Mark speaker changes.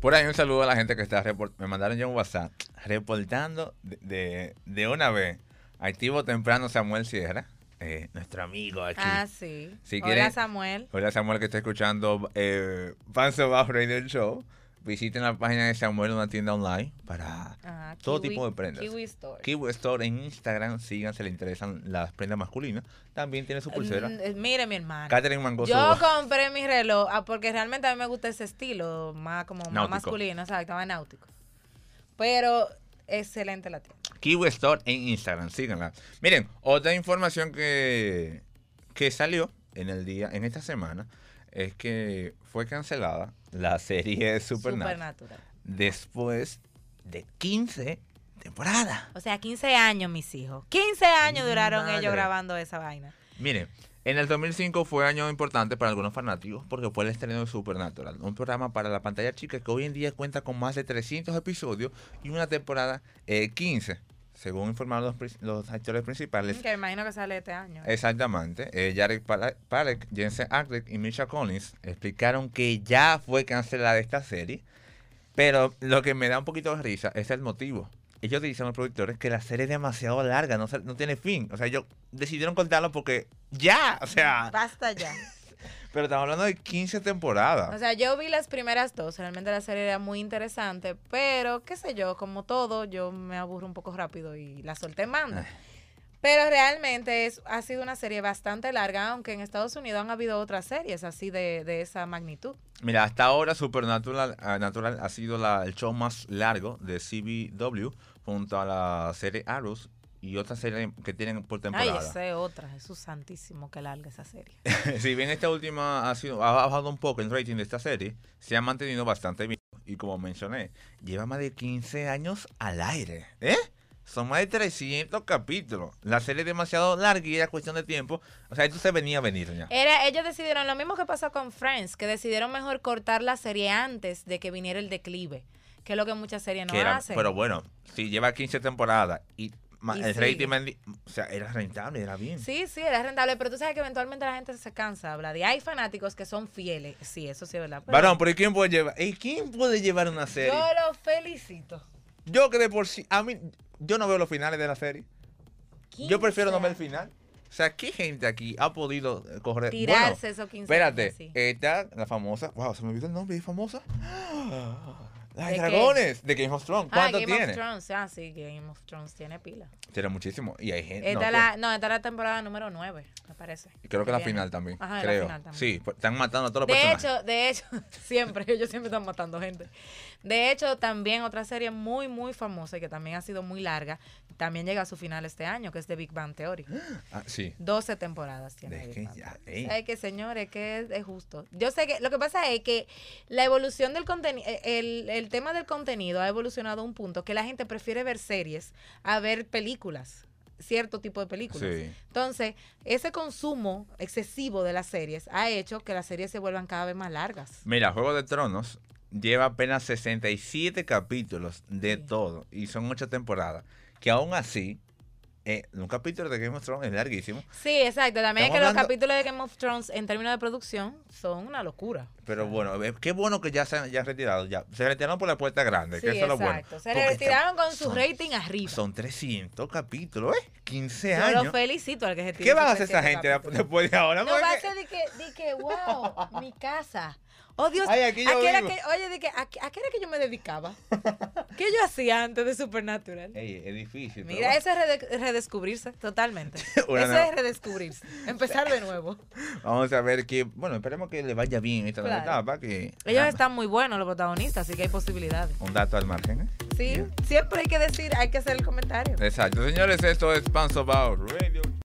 Speaker 1: Por ahí un saludo a la gente que está report- me mandaron ya un WhatsApp reportando de, de, de una vez. Activo temprano Samuel Sierra, eh, nuestro amigo aquí.
Speaker 2: Ah, sí.
Speaker 1: Si
Speaker 2: Hola,
Speaker 1: quieren-
Speaker 2: Samuel.
Speaker 1: Hola Samuel que está escuchando eh, Panzo Bajo Radio Show. Visiten la página de Samuel, una tienda online para
Speaker 2: Ajá,
Speaker 1: todo tipo de prendas.
Speaker 2: Kiwi Store.
Speaker 1: Kiwi Store en Instagram. Sigan, se le interesan las prendas masculinas. También tiene su pulsera.
Speaker 2: Mm, eh, Mire, mi hermano.
Speaker 1: Catherine Mangoso.
Speaker 2: Yo compré mi reloj ah, porque realmente a mí me gusta ese estilo, más como más
Speaker 1: Náutico.
Speaker 2: masculino, exacto, más náutico. Pero excelente la tienda.
Speaker 1: Kiwi Store en Instagram, síganla. Miren, otra información que, que salió en el día, en esta semana, es que fue cancelada la serie de Supernatural
Speaker 2: Supernatural.
Speaker 1: después de 15 temporadas.
Speaker 2: O sea, 15 años, mis hijos. 15 años duraron
Speaker 1: Madre.
Speaker 2: ellos grabando esa vaina.
Speaker 1: Miren, en el 2005 fue año importante para algunos fanáticos porque fue el estreno de Supernatural, un programa para la pantalla chica que hoy en día cuenta con más de 300 episodios y una temporada eh, 15, según informaron los, prin- los actores principales.
Speaker 2: Que me imagino que sale este año.
Speaker 1: Exactamente. Eh, Jared Pala- Palek, Jensen Ackles y Misha Collins explicaron que ya fue cancelada esta serie, pero lo que me da un poquito de risa es el motivo. Ellos dicen los productores que la serie es demasiado larga, no, se- no tiene fin. O sea, ellos decidieron contarlo porque ya, o sea,
Speaker 2: Basta ya.
Speaker 1: pero estamos hablando de 15 temporadas.
Speaker 2: O sea, yo vi las primeras dos, realmente la serie era muy interesante, pero qué sé yo, como todo, yo me aburro un poco rápido y la solté en
Speaker 1: Eh.
Speaker 2: banda. Pero realmente es, ha sido una serie bastante larga, aunque en Estados Unidos han habido otras series así de, de esa magnitud.
Speaker 1: Mira, hasta ahora Supernatural ah, Natural ha sido la- el show más largo de CBW junto a la serie Arrow y otras series que tienen por
Speaker 2: Ay,
Speaker 1: temporada.
Speaker 2: esa es otra, Jesús santísimo, que larga esa serie.
Speaker 1: Si bien esta última ha sido ha bajado un poco el rating de esta serie, se ha mantenido bastante bien. Y como mencioné, lleva más de 15 años al aire. ¿Eh? Son más de 300 capítulos. La serie es demasiado larga y era cuestión de tiempo. O sea, esto se venía a venir, doña.
Speaker 2: Era, ellos decidieron lo mismo que pasó con Friends, que decidieron mejor cortar la serie antes de que viniera el declive, que es lo que muchas series no
Speaker 1: Que era-
Speaker 2: hacen.
Speaker 1: pero bueno, si lleva 15 temporadas y, ma-
Speaker 2: Y
Speaker 1: el
Speaker 2: sigue.
Speaker 1: rating, man- o sea, era rentable, era bien.
Speaker 2: Sí, sí, era rentable, pero tú sabes que eventualmente la gente se cansa, habla de hay fanáticos que son fieles, sí, eso sí es verdad. pero
Speaker 1: Varón, pero ¿y quién puede llevar? ¿Y quién puede llevar una serie?
Speaker 2: yo los felicito.
Speaker 1: Yo que de por sí, a mí, yo no veo los finales de la serie. Yo prefiero no ver el
Speaker 2: 15
Speaker 1: final. O sea, ¿qué gente aquí ha podido eh, correr?
Speaker 2: Tirarse
Speaker 1: Bueno,
Speaker 2: esos 15
Speaker 1: Espérate, eh,
Speaker 2: años, sí.
Speaker 1: está la famosa. Wow, se me olvidó el nombre, es famosa. Ah, La de
Speaker 2: ¿De qué?
Speaker 1: dragones, de Game of Thrones.
Speaker 2: Ah,
Speaker 1: ¿Cuánto
Speaker 2: Game
Speaker 1: tiene?
Speaker 2: of Thrones, ah, sí, Game of Thrones tiene pila.
Speaker 1: Tiene muchísimo. Y hay gente.
Speaker 2: Esta
Speaker 1: Eh, no,
Speaker 2: es la, no, esta es la temporada número 9, me parece.
Speaker 1: que- Creo que la
Speaker 2: viene.
Speaker 1: final también.
Speaker 2: Ajá, la
Speaker 1: creo.
Speaker 2: final también.
Speaker 1: Sí, pues, están matando a todos los
Speaker 2: De
Speaker 1: personajes.
Speaker 2: hecho, de hecho, siempre, ellos siempre están matando gente. De hecho, también otra serie muy, muy famosa y que también ha sido muy larga, también llega a su final este año, que es The Big Bang Theory.
Speaker 1: Ah, sí.
Speaker 2: 12 temporadas tiene.
Speaker 1: De
Speaker 2: Big
Speaker 1: que
Speaker 2: Bang
Speaker 1: ya,
Speaker 2: Theory.
Speaker 1: ey.
Speaker 2: O sea, es que señores, que es, es justo. Yo sé que lo que pasa es que la evolución del contenido, el, el tema del contenido ha evolucionado a un punto que la gente prefiere ver series a ver películas, cierto tipo de películas.
Speaker 1: Sí.
Speaker 2: Entonces, ese consumo excesivo de las series ha hecho que las series se vuelvan cada vez más largas.
Speaker 1: Mira, Juego de Tronos lleva apenas 67 capítulos de
Speaker 2: Sí.
Speaker 1: todo. Y son ocho temporadas. Que aún así, eh, un capítulo de Game of Thrones es larguísimo.
Speaker 2: Sí, exacto.
Speaker 1: Estamos
Speaker 2: También es que los
Speaker 1: hablando-
Speaker 2: capítulos de Game of Thrones en términos de producción son una locura.
Speaker 1: Pero bueno, eh, qué bueno que ya se han ya han retirado. Ya. Se retiraron por la puerta grande,
Speaker 2: Sí,
Speaker 1: que eso es lo bueno.
Speaker 2: exacto. Se
Speaker 1: Porque
Speaker 2: retiraron con su
Speaker 1: son-
Speaker 2: rating arriba.
Speaker 1: Son 300 capítulos, ¿eh? 15
Speaker 2: Yo
Speaker 1: años.
Speaker 2: lo felicito al que se tire
Speaker 1: ¿Qué
Speaker 2: sus
Speaker 1: van a hacer esa
Speaker 2: 300
Speaker 1: gente
Speaker 2: capítulos.
Speaker 1: después de ahora?
Speaker 2: No
Speaker 1: Porque-
Speaker 2: va a ser de que, de que, wow, mi casa. Oh, Dios.
Speaker 1: Ay, aquí yo
Speaker 2: ¿a qué era
Speaker 1: vivo.
Speaker 2: que- oye, de que, ¿a, qué- a qué era que yo me dedicaba? ¿Qué yo hacía antes de Supernatural?
Speaker 1: Ey, es difícil. pero
Speaker 2: Mira, eso es rede- redescubrirse, totalmente. Eso
Speaker 1: Una nueva-
Speaker 2: es redescubrirse. Empezar de nuevo.
Speaker 1: Vamos a ver que, bueno, esperemos que le vaya bien esta nueva
Speaker 2: Claro.
Speaker 1: etapa. Que,
Speaker 2: Ellos
Speaker 1: ah,
Speaker 2: están muy buenos, los protagonistas, así que hay posibilidades.
Speaker 1: Un dato al margen. ¿eh?
Speaker 2: Sí, siempre hay que decir, hay que hacer el comentario.
Speaker 1: Exacto. Señores, esto es Panzo Bao Radio